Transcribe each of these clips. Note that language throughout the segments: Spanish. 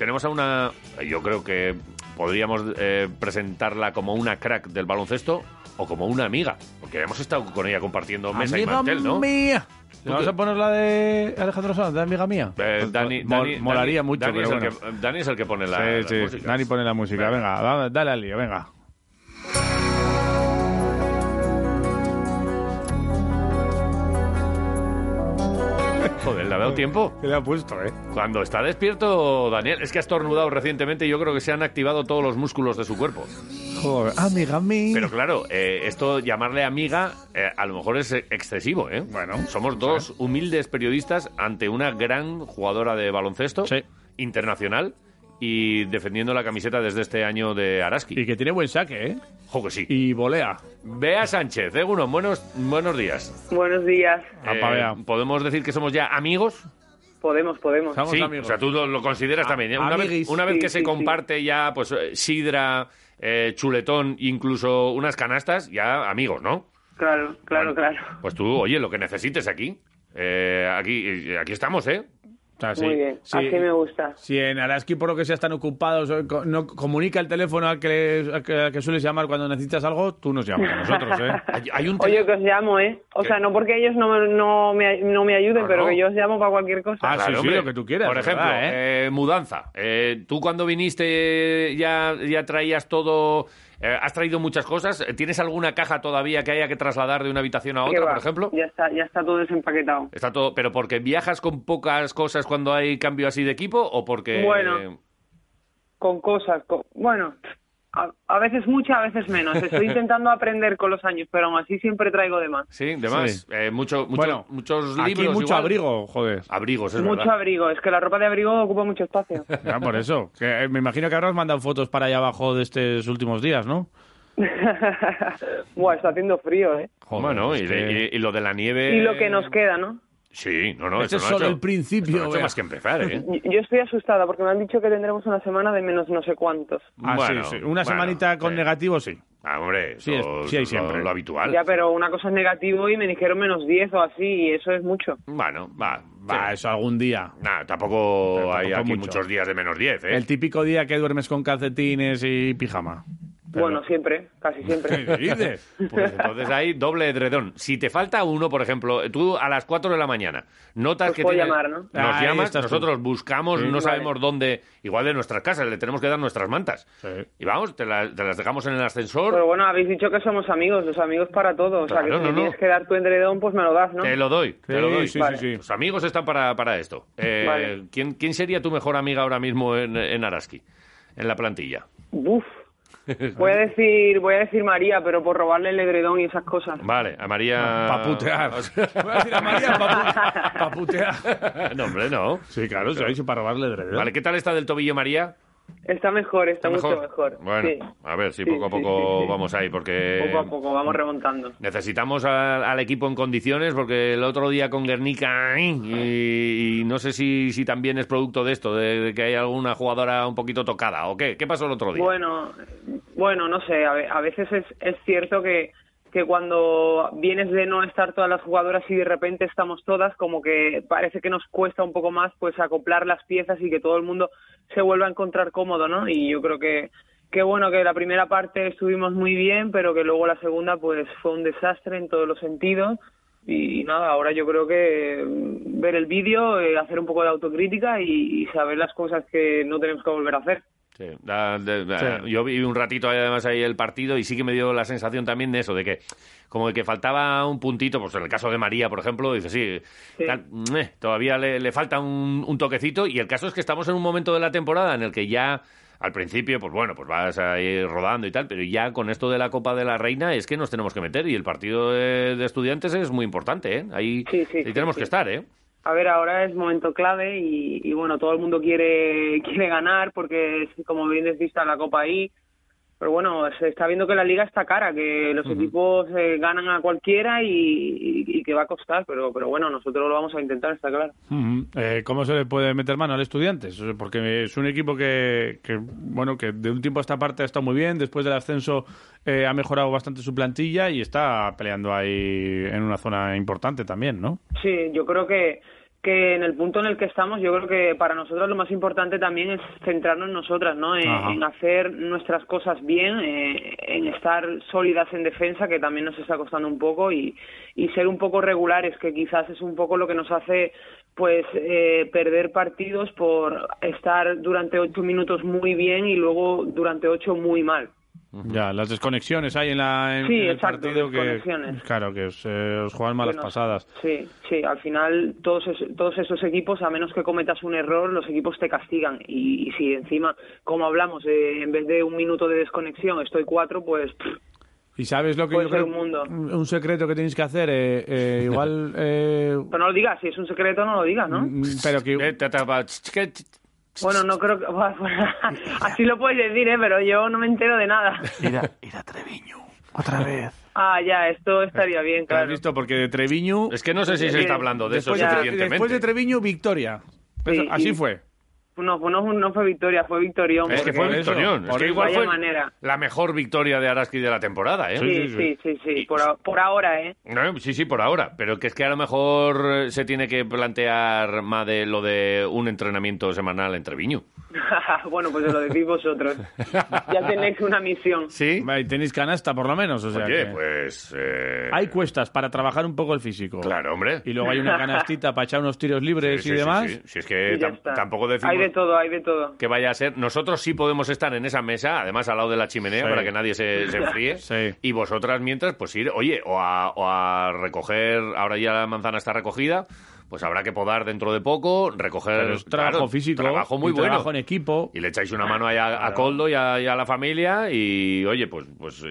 Tenemos a una, yo creo que podríamos eh, presentarla como una crack del baloncesto o como una amiga, porque hemos estado con ella compartiendo mesa y Amiga mantel, ¿no? Eh, mía. ¿Tú ¿Le vamos qué? a poner la de Alejandro Sanz, de amiga mía? Eh, Dani, Pues, Mol- Dani- molaría Dani- mucho, Dani, pero es el bueno. que, Dani es el que pone la, Sí, las sí, músicas. Dani pone la música. Venga, da- dale al lío, venga. Joder, ¿le ha dado tiempo? Que le ha puesto, ¿eh? Cuando está despierto, Daniel, es que ha estornudado recientemente y yo creo que se han activado todos los músculos de su cuerpo. Joder, amiga mía. Pero claro, eh, esto llamarle amiga eh, a lo mejor es eh, excesivo, ¿eh? Bueno, somos dos humildes periodistas ante una gran jugadora de baloncesto Sí. internacional y defendiendo la camiseta desde este año de Araski. Y que tiene buen saque, ¿eh? Jo que sí. Y volea. Bea Sánchez, Egunon, buenos, buenos días. Eh, Buenos días. Apa, Bea. ¿Podemos decir que somos ya amigos? Podemos, podemos. Estamos sí, amigos. o sea, tú lo, lo consideras A- también. ¿eh? Una vez, amiguis. una vez Sí, que se sí, sí. comparte ya, pues, eh, sidra, eh, chuletón, incluso unas canastas, ya amigos, ¿no? Claro, claro, Bueno, claro. Pues tú, oye, lo que necesites aquí. eh, aquí, eh, aquí estamos, ¿eh? O sea, sí, Muy bien. sí. Así me gusta. Si en Araski, por lo que sea, están ocupados, o co- no comunica el teléfono al que, al que, al que sueles llamar cuando necesitas algo, tú nos llamas a nosotros, ¿eh? Hay, hay un Oye, tele- que os llamo, ¿eh? O ¿Qué? sea, no porque ellos no, no, me, no me ayuden, No, pero no. que yo os llamo para cualquier cosa. Ah, sí, sí, lo que tú quieras, Por es ejemplo, verdad, eh, mudanza. Eh, tú cuando viniste eh, ya, ya traías todo... eh, ¿Has traído muchas cosas? Eh, ¿Tienes alguna caja todavía que haya que trasladar de una habitación a ¿Qué otra, va? por ejemplo? Ya está, ya está todo desempaquetado. Está todo, pero porque viajas con pocas cosas cuando hay cambio así de equipo o porque Bueno. Con cosas, con- bueno, a, a veces mucha, a veces menos. Estoy intentando aprender con los años, pero aún así siempre traigo de más. sí, demás, Sí. Eh, mucho, mucho- bueno, muchos aquí libros, mucho igual. abrigo, joder. abrigos, es Mucho verdad. abrigo, es que la ropa de abrigo ocupa mucho espacio. Ya, por eso. Que, eh, me imagino que habrás mandado fotos para allá abajo de estos últimos días, ¿no? Buah, está haciendo frío, ¿eh? Joder, bueno, es y, que- y- y lo de la nieve. Y lo que nos queda, ¿no? Sí, no, no, eso Este es no ha solo hecho- el principio, esto No ha hecho vea. más que empezar, ¿eh? Yo- Yo estoy asustada porque me han dicho que tendremos una semana de menos no sé cuántos. Ah, sí, Bueno, sí. Una bueno, semanita con sí. negativo, sí. Ah, hombre, eso Sí, es- sí hay es lo- siempre. Lo, habitual. Ya, pero una cosa es negativo y me dijeron menos 10 o así, y eso es mucho. Bueno, va, Va, va. eso algún día. Nada, tampoco Pero hay tampoco aquí mucho. muchos días de menos 10, ¿eh? El típico día que duermes con calcetines y pijama. Pero- Bueno, siempre, casi ¿Qué siempre. dices? Pues entonces hay doble edredón. Si te falta uno, por ejemplo, tú a las 4 de la mañana notas Os que Pues puedo tienes- llamar, ¿no? nos Ahí llamas, estás tú. nosotros buscamos, no Vale. sabemos dónde, igual de nuestras casas, le tenemos que dar nuestras mantas. Sí. Y vamos, te, la- te las dejamos en el ascensor, Pero bueno, habéis dicho que somos amigos, los amigos para todo. O sea, que Claro, si no, me no. tienes que dar tu endredón, pues me lo das, ¿no? te lo doy, te Sí, lo doy. sí, Vale. sí, sí. Los amigos están para, para esto. Eh, Vale. ¿quién, quién sería tu mejor amiga ahora mismo en, en Araski? En la plantilla. Uf. Voy a decir, voy a decir María, pero por robarle el edredón y esas cosas. Vale, a María... Pa' putear. O sea- Voy a decir a María pa' pu- pa' putear. no, hombre, no. Sí, claro, se ha dicho para robarle edredón. Vale, ¿qué tal está del tobillo, María? Está mejor, está, ¿Está mucho mejor. Bueno, Sí. a ver si Sí, poco a sí, poco sí, sí. vamos ahí, porque Poco a poco, vamos remontando. necesitamos a- al equipo en condiciones, porque el otro día con Guernica, ¡ay! y, y no sé si, si también es producto de esto, de, de que hay alguna jugadora un poquito tocada, ¿o qué? ¿Qué pasó el otro día? Bueno, bueno, no sé, a, ve- a veces es, es cierto que, que cuando vienes de no estar todas las jugadoras y de repente estamos todas, como que parece que nos cuesta un poco más pues acoplar las piezas y que todo el mundo se vuelva a encontrar cómodo, ¿no? Y yo creo que que bueno que la primera parte estuvimos muy bien, pero que luego la segunda pues fue un desastre en todos los sentidos. Y nada, ahora yo creo que mm, ver el vídeo, eh, hacer un poco de autocrítica y- y saber las cosas que no tenemos que volver a hacer. Sí, da- de- da- Sí. Yo vi un ratito además ahí el partido y sí que me dio la sensación también de eso, de que como de que faltaba un puntito, pues en el caso de María, por ejemplo, dice, sí, Sí. tal, meh, todavía le, le falta un, un toquecito y el caso es que estamos en un momento de la temporada en el que ya al principio, pues bueno, pues vas a ir rodando y tal, pero ya con esto de la Copa de la Reina es que nos tenemos que meter y el partido de, de estudiantes es muy importante, ¿eh? Ahí, Sí, sí, ahí sí, tenemos sí. que estar, ¿eh? A ver, ahora es momento clave y, y, bueno, todo el mundo quiere, quiere ganar porque es, como bien es vista la Copa ahí. Pero bueno, se está viendo que la liga está cara, que los equipos eh, ganan a cualquiera y, y- y que va a costar. Pero, pero bueno, nosotros lo vamos a intentar, está claro. Ujú. Eh, ¿Cómo se le puede meter mano al Estudiantes? O sea, Porque es un equipo que, que, bueno, que de un tiempo a esta parte ha estado muy bien. Después del ascenso eh, ha mejorado bastante su plantilla y está peleando ahí en una zona importante también, ¿no? Sí, yo creo que, que en el punto en el que estamos, yo creo que para nosotros lo más importante también es centrarnos en nosotras, ¿no? En, Ajá. en hacer nuestras cosas bien, eh, en estar sólidas en defensa, que también nos está costando un poco, y, y ser un poco regulares, que quizás es un poco lo que nos hace pues eh, perder partidos por estar durante ocho minutos muy bien y luego durante ocho muy mal. Ya, las desconexiones hay en, la, en- Sí, en el exacto, partido que... desconexiones. Claro, que se os juegan malas Bueno, pasadas. Sí, sí, al final todos, es- todos esos equipos, a menos que cometas un error, los equipos te castigan. Y, y si encima, como hablamos, eh, en vez de un minuto de desconexión estoy cuatro, pues pff, ¿Y sabes lo que Puede yo ser creo? un mundo. un secreto que tenéis que hacer, eh, eh, igual... eh, pero no lo digas, si es un secreto no lo digas, ¿no? mm, pero que... Eh, ta, ta, pa, ch, ch, que, ch, Bueno, no creo que... Así lo puedes decir, ¿eh? Pero yo no me entero de nada. Ir a, ir a Treviño. Otra vez. Ah, ya, esto estaría bien, ¿Has claro. visto? Porque de Treviño... Es que no sé Eh, si se está hablando de eso después, de, suficientemente. después de Treviño, victoria. Eso- Sí, así y- fue. No, pues no, no fue victoria, fue victorión. Es que porque- fue Por eso, victorión. Es por que eso. igual Vaya fue manera. la mejor victoria de Araski de la temporada, ¿eh? Sí, sí, sí, sí, sí, por, a- por ahora, ¿eh? No, sí, sí, por ahora. Pero que es que a lo mejor eh, se tiene que plantear más de lo de un entrenamiento semanal en Treviño. bueno, pues lo decís vosotros. Ya tenéis una misión. Sí. Ahí Tenéis canasta, por lo menos. O sea Oye, que- pues. eh, Hay cuestas para trabajar un poco el físico. Claro, hombre. Y luego hay una canastita para echar unos tiros libres Sí, y sí, demás. sí, sí. Si es que Y ya tam- está. tampoco decimos Hay de todo, hay de todo. que vaya a ser. Nosotros sí podemos estar en esa mesa, además al lado de la chimenea, Sí. para que nadie se, se enfríe. Sí. Y vosotras, mientras, pues ir, oye, o a, o a recoger. Ahora ya la manzana está recogida. Pues habrá que podar dentro de poco, recoger. Pero es trabajo claro, físico. Trabajo muy y bueno. Trabajo en equipo. Y le echáis una mano ahí a, a Coldo y a, y a la familia y, oye, pues, pues y,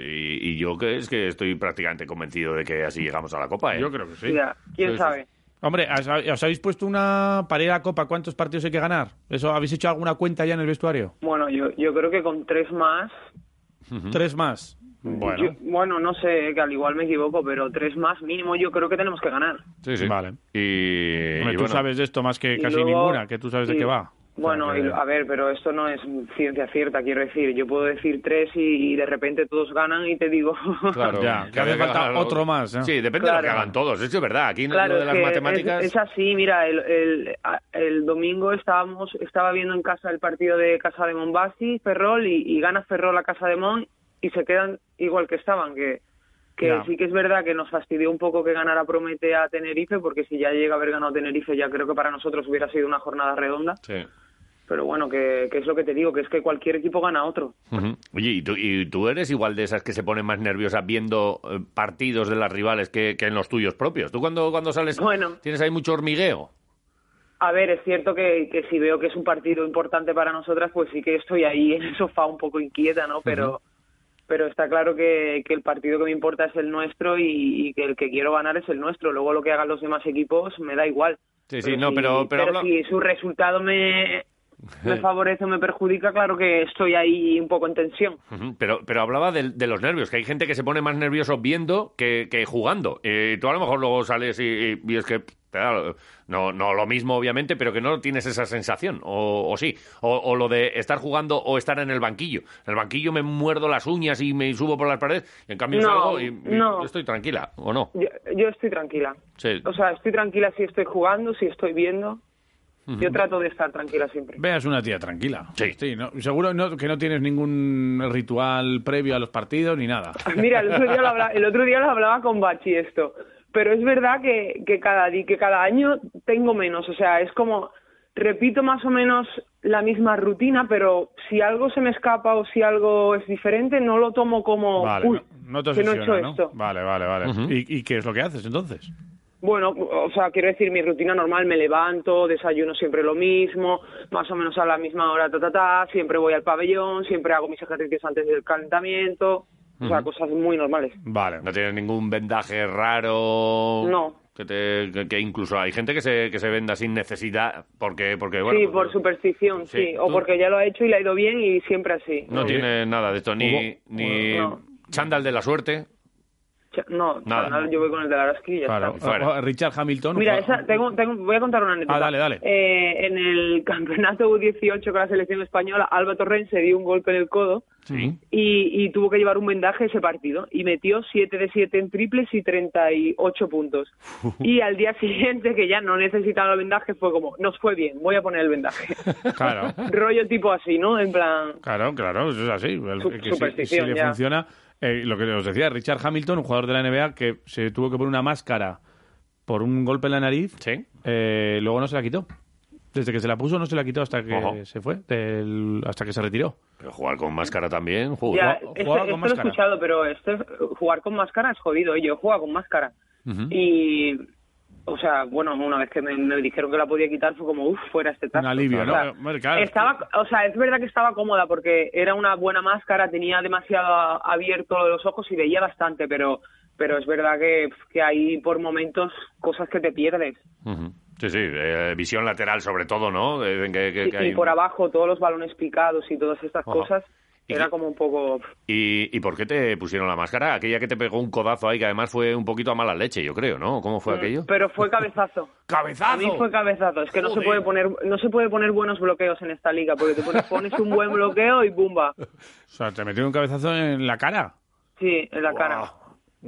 y yo que es que estoy prácticamente convencido de que así llegamos a la Copa, ¿eh? Yo creo que sí. Ya, quién Sí, sí, sabe. Hombre, ¿os os habéis puesto una para ir a Copa? ¿Cuántos partidos hay que ganar? ¿Eso ¿Habéis hecho alguna cuenta ya en el vestuario? Bueno, yo, yo creo que con tres más. Tres más. yo- bueno, no sé, que al igual me equivoco, pero tres más mínimo yo creo que tenemos que ganar. Sí, sí. Vale. Y, Hombre, y tú bueno, sabes de esto más que Y casi luego- ninguna, que tú sabes de y- qué va. Bueno, O sea y- que- a ver, pero esto no es ciencia cierta, quiero decir. Yo puedo decir tres y, y de repente todos ganan y te digo. Claro, Ya, que hace había falta ganar- otro más, ¿eh? Sí, depende de lo Claro. que hagan todos, eso es verdad. Aquí Claro, lo de es las que matemáticas. Es, es así, mira, el, el, a- el domingo estábamos, estaba viendo en casa el partido de Casa de Mombasi, Ferrol, y, y gana Ferrol a Casa de Mon y se quedan igual que estaban, que, que Ya. sí que es verdad que nos fastidió un poco que ganara Prometea a Tenerife, porque si ya llega a haber ganado Tenerife ya creo que para nosotros hubiera sido una jornada redonda, Sí. pero bueno, que, que es lo que te digo, que es que cualquier equipo gana a otro. Ujú. Oye, ¿y tú, y tú eres igual de esas que se ponen más nerviosas viendo eh, partidos de las rivales que, que en los tuyos propios? ¿Tú cuando, cuando sales Bueno. tienes ahí mucho hormigueo? A ver, es cierto que, que si veo que es un partido importante para nosotras, pues sí que estoy ahí en el sofá un poco inquieta, ¿no? Pero, pero está claro que, que el partido que me importa es el nuestro y, y que el que quiero ganar es el nuestro. Luego lo que hagan los demás equipos me da igual. Sí, sí, no, pero- pero habla- si su resultado me, me favorece o me perjudica, claro que estoy ahí un poco en tensión. Ujú, Pero, pero hablaba del- de, los nervios, que hay gente que se pone más nervioso viendo que, que jugando. Eh, tú a lo mejor luego sales y, y- y es que pff, te da lo- no, no lo mismo, obviamente, pero que no tienes esa sensación, o, o sí. O, o lo de estar jugando o estar en el banquillo. En el banquillo me muerdo las uñas y me subo por las paredes, y en cambio No, salgo y, y no. estoy tranquila, ¿o no? Yo, yo estoy tranquila. Sí. O sea, estoy tranquila si estoy jugando, si estoy viendo. Yo trato de estar tranquila siempre. Veas una tía tranquila. Sí. ¿no? Seguro no- que no tienes ningún ritual previo a los partidos ni nada. Mira, el otro día lo hablaba, el otro día lo hablaba con Bachi esto, pero es verdad que, que, cada, di- que cada año tengo menos, o sea, es como, repito más o menos la misma rutina, pero si algo se me escapa o si algo es diferente, no lo tomo como, Vale, Oh, uy, no, no te que no he obsesiona, hecho ¿no? esto. Vale, vale, vale. ¿Y, y qué es lo que haces entonces? Bueno, o sea, quiero decir, mi rutina normal, me levanto, desayuno siempre lo mismo, más o menos a la misma hora, ta, ta, ta, siempre voy al pabellón, siempre hago mis ejercicios antes del calentamiento, o sea, cosas muy normales. Vale. No tienes ningún vendaje raro. No. Que, te- que- que incluso hay gente que se, que se venda sin necesidad, porque, porque bueno. sí, pues, por superstición, Sí, sí. O tú- porque ya lo ha hecho y le ha ido bien y siempre así. No No, tiene nada de esto, ni, Hugo, ni no. chándal de la suerte. Cha- No, Nada. pues, Chanal, yo voy con el de Araski y ya Claro, está. fuera. o- o Richard Hamilton. Mira, fue- esa, tengo, tengo- voy a contar una anécdota. Ah, dale, dale. Eh, en el campeonato U18 con la selección española, Alba Torrent se dio un golpe en el codo Sí. y, y tuvo que llevar un vendaje ese partido. Y metió 7 de 7 en triples y 38 puntos. Y al día siguiente, que ya no necesitaba el vendaje, fue como, nos fue bien, voy a poner el vendaje. Claro. Rollo tipo así, ¿no? En plan... Claro, claro, eso es así. El- Su- que si- si, superstición, le ya. funciona, eh, lo que os decía, Richard Hamilton, un jugador de la NBA que se tuvo que poner una máscara por un golpe en la nariz, Sí. eh, luego no se la quitó. Desde que se la puso no se la quitó hasta que Ojo. se fue, del- hasta que se retiró. Pero jugar con máscara también, joder. Ya, este, jugaba- esto, jugaba con esto lo he máscara. escuchado, pero esto, jugar con máscara es jodido. ¿eh? Yo he jugado con máscara. Y, o sea, bueno, una vez que me, me dijeron que la podía quitar, fue como, uff, fuera este tazo. Un alivio, ¿no? O sea, Hombre, claro, es que- estaba, o sea, es verdad que estaba cómoda porque era una buena máscara, tenía demasiado a- abierto los ojos y veía bastante, pero pero es verdad que, que hay por momentos cosas que te pierdes. Ujú. Sí, sí, eh, visión lateral sobre todo, ¿no? Eh, que- que- Y, que hay y un- por abajo, todos los balones picados y todas estas Ajá. cosas, Y- era como un poco... ¿Y, y por qué te pusieron la máscara? Aquella que te pegó un codazo ahí, que además fue un poquito a mala leche, yo creo, ¿no? ¿Cómo fue aquello? Mm, Pero fue cabezazo. ¡Cabezazo! A mí fue cabezazo. Es que no se Joder. puede poner no se puede poner buenos bloqueos en esta liga porque te pones, pones un buen bloqueo y bumba. O sea, te metió un cabezazo en la cara. Sí, en la cara. Ah,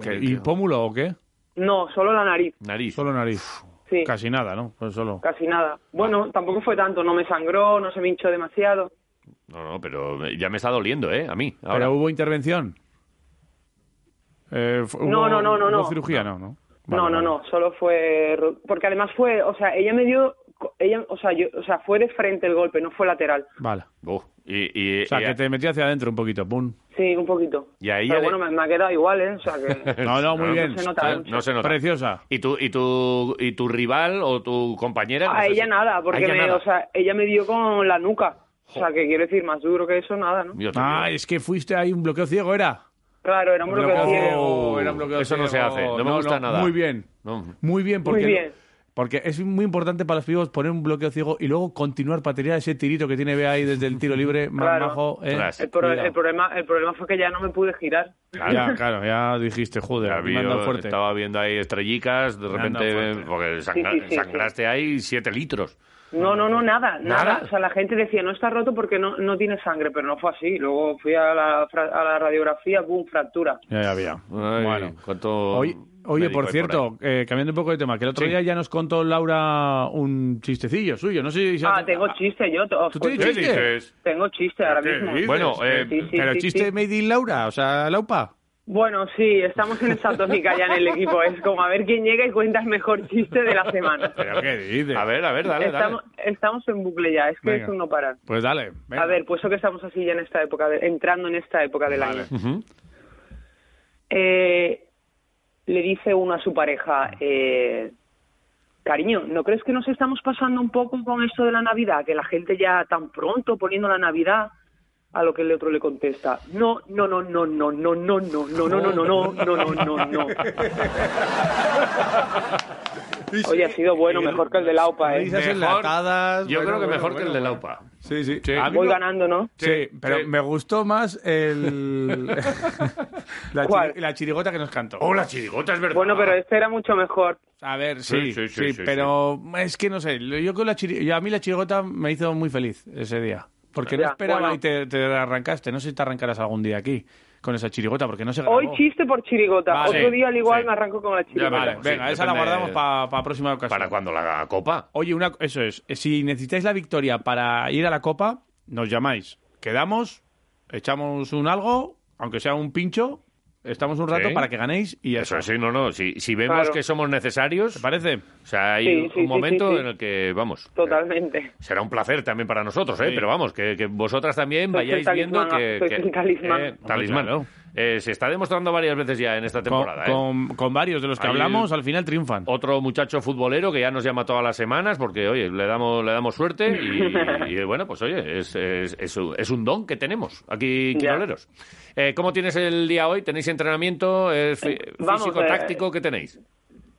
qué- ¿Y qué- pómulo o qué? No, solo la nariz. Nariz. Solo nariz. Sí. Casi nada, ¿no? Pues solo. Casi nada. Bueno, tampoco fue tanto. No me sangró, no se me hinchó demasiado. No, no, pero ya me está doliendo, ¿eh? A mí. Ahora. ¿Pero hubo intervención? Eh, fu- No, hubo- no, no, no, ¿hubo no. cirugía? No, no. no, Vale, no, vale. no. Solo fue ro- porque además fue, o sea, ella me dio, co- ella, o sea, yo, o sea, fue de frente el golpe, no fue lateral. Vale. Buh. y, y- O sea, y- que te metí hacia adentro un poquito, pum. Sí, un poquito. Y ahí Pero ya le- bueno, me, me ha quedado igual, ¿eh? O sea que No, no, muy No, bien. se nota ¿Eh? no se nota. Preciosa. ¿Y tu, y, tu, ¿Y tu rival o tu compañera? No a sé si- ella nada, A porque ella me, nada. o sea, ella me dio con la nuca. O sea, que quiero decir, más duro que eso, nada, ¿no? Dios mío. Ah, es que fuiste ahí un bloqueo ciego, ¿era? Claro, era un bloqueo Bloqueo ciego. ciego, era un bloqueo Eso no se ciego. hace, no me gusta nada. Muy bien. No. Muy bien, porque, Muy bien. porque es muy importante para los pibos poner un bloqueo ciego y luego continuar para tirar ese tirito que tiene Bea ahí desde el tiro libre, más Claro. bajo. ¿eh? Tras. El, pro- Cuidado. el problema, el problema fue que ya no me pude girar. Claro. Ya, claro, ya dijiste, joder, Ya me han vio- dado fuerte. estaba viendo ahí estrellicas, de han dado repente, fuerte. porque sangra- Sí, sí, sí, sangraste ahí 7 litros. No, no, no, nada, nada, ¿Nada? O sea, la gente decía, no está roto porque no, no tiene sangre, pero no fue así. Luego fui a la, fra- a la radiografía, boom, fractura. Ya, ya había. Ay, bueno. cuánto Oye, médico oye, hay por ahí. cierto, eh, cambiando un poco de tema, que el otro Sí. día ya nos contó Laura un chistecillo suyo. No sé si... Ah, tengo chiste, yo te- os ¿Tú cuento- tienes ¿Qué chiste? dices? tengo chiste ahora ¿Qué mismo. dices? Bueno, eh, Sí, sí, Pero sí, chiste sí. made in Laura, o sea, Laupa. Bueno, sí, estamos en esa tónica ya en el equipo. Es como a ver quién llega y cuenta el mejor chiste de la semana. ¿Pero qué dices? A ver, a ver, dale, dale. estamos, estamos en bucle ya, es que Venga. es un no parar. Pues dale. venga. A ver, puesto que estamos así ya en esta época, de- entrando en esta época del Vale. año. Eh, le dice uno a su pareja, eh, cariño, ¿no crees que nos estamos pasando un poco con esto de la Navidad? Que la gente ya tan pronto poniendo la Navidad, a lo que el otro le contesta, no, no, no, no, no, no, no, no, no, no, no, no, no, no, no, no, no. Oye, ha sido bueno, mejor que el de la OPA, ¿eh? Risas Mejor- enlatadas, Yo bueno, creo que bueno, mejor que el bueno, de bueno. Laupa. Sí, sí. Ah, Sí. A mí Voy me- ganando, ¿no? Sí, pero sí. me gustó más el... la, ¿Cuál? chiri- la chirigota que nos cantó. Hola, Oh, chirigota, es verdad. Bueno, pero este era mucho mejor. A ver, sí, sí, Sí, sí, sí, sí, pero es que no sé, yo con la chiri- yo- a mí la chirigota me hizo muy feliz ese día, porque no Ya, esperaba bueno. y te, te arrancaste, no sé si te arrancarás algún día aquí con esa chirigota, porque no se grabó. Hoy chiste por chirigota, Vale, otro día al igual sí. me arranco con la chirigota. Vale, Sí, venga, esa la depende- guardamos para próxima ocasión. ¿Para cuando la copa? Oye, una, eso es, eh, si necesitáis la victoria para ir a la Copa, nos llamáis, quedamos, echamos un algo, aunque sea un pincho, estamos un rato Sí. para que ganéis y ya Eso, está. sí, no, no. Si, si vemos Claro. que somos necesarios, ¿Te parece? o sea, hay Sí, un- sí, un sí, momento sí, sí. en el que, vamos, Totalmente. será un placer también para nosotros, ¿eh? Sí. Pero vamos, que, que vosotras también Sois vayáis el viendo talismán, que... sois que- el talismán. eh, talismán. Hombre, Eh, se está demostrando varias veces ya en esta Con, temporada, ¿eh? con- con varios de los que Ahí- Oh. hablamos, al final triunfan. Otro muchacho futbolero que ya nos llama todas las semanas porque, oye, le damos, le damos suerte y, y, bueno, pues oye, es, es- es un- es un don que tenemos aquí, Ya. quiroleros. Eh, ¿Cómo tienes el día hoy? ¿Tenéis entrenamiento? ¿Es fi- vamos, físico, eh, táctico? ¿Qué tenéis?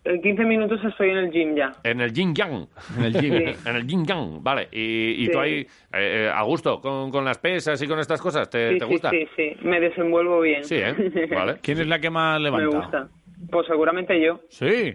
en 15 minutos estoy en el gym ya. En el yin yang. En el gym. Sí. En el yin yang, vale. Y, y tú Sí. ahí, eh, eh, a gusto, con, con las pesas y con estas cosas, ¿te, sí, te sí, gusta? sí, sí, me desenvuelvo bien. Sí, ¿eh? Vale. ¿Quién es la que más me levanta? gusta. Pues seguramente yo. Sí.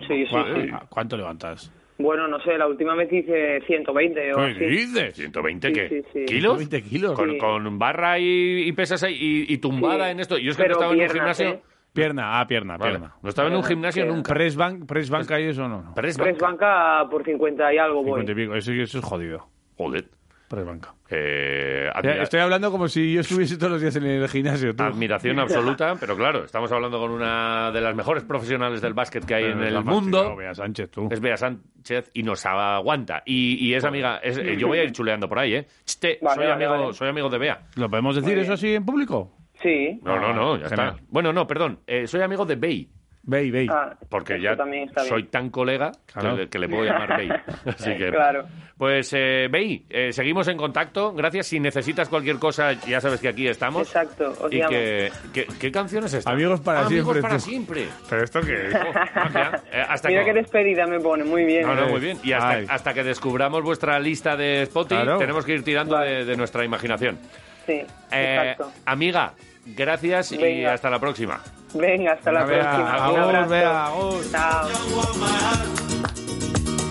Sí, sí, ¿Cu- sí. a- ¿Cuánto levantas? Bueno, no sé, la última vez hice 120 o ¿Qué así. dices? 120 Sí, ¿qué? sí, sí. kilos. 120 kilos. Con, Sí. con barra y, y pesas ahí, y, y tumbada Sí. en esto. Yo es que Pero no estaba en un piernas, gimnasio. ¿eh? Pierna, ah, pierna, Vale. pierna. No estaba en un Piernas, gimnasio piernas. nunca. Press, ban- press banca y eso no. no. Press Tres banca. banca por 50 y algo voy. 50 y pico. Eso, eso es jodido. Joder. Press banca. Eh, Ya, admira- Estoy hablando como si yo estuviese todos los días en el gimnasio. tú. Admiración absoluta, pero claro, estamos hablando con una de las mejores profesionales del básquet que hay Eh, Pero en es el la mundo. fastidio, Bea Sánchez, tú. Es Bea Sánchez y nos aguanta. Y, y es amiga, es- eh, yo voy a ir chuleando por ahí, ¿eh? Chiste, Vale, soy, vale, amigo, vale. soy amigo de Bea. ¿Lo podemos decir eso así en público? Sí. No, no, no, ya Ah, Genial. está. Bueno, no, perdón, eh, soy amigo de Bey, Bey, Bey. Ah, porque eso ya también está bien. soy tan colega que Claro. le- que, le puedo llamar Bey. Así que, Claro. Pues eh, Bey, eh, seguimos en contacto. Gracias. Si necesitas cualquier cosa, ya sabes que aquí estamos. Exacto, os Y llamo. que, que- ¿Qué canción es esta? Amigos para siempre, Amigos para tú. siempre. ¿Pero esto qué es? Oh, magia. Eh, hasta Mira que- qué despedida me pone, muy bien. ¿eh? No, no, eres. muy bien. Y hasta, Ay. hasta que descubramos vuestra lista de Spotify, Claro. tenemos que ir tirando Vale. de, de nuestra imaginación. Sí, Eh, exacto. amiga, gracias y Venga. hasta la próxima. Venga, hasta la Venga, próxima. agur, Un abrazo. Bea, agur. Chao.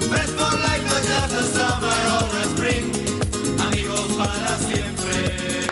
Fresco like the death of summer or the spring, amigos para siempre.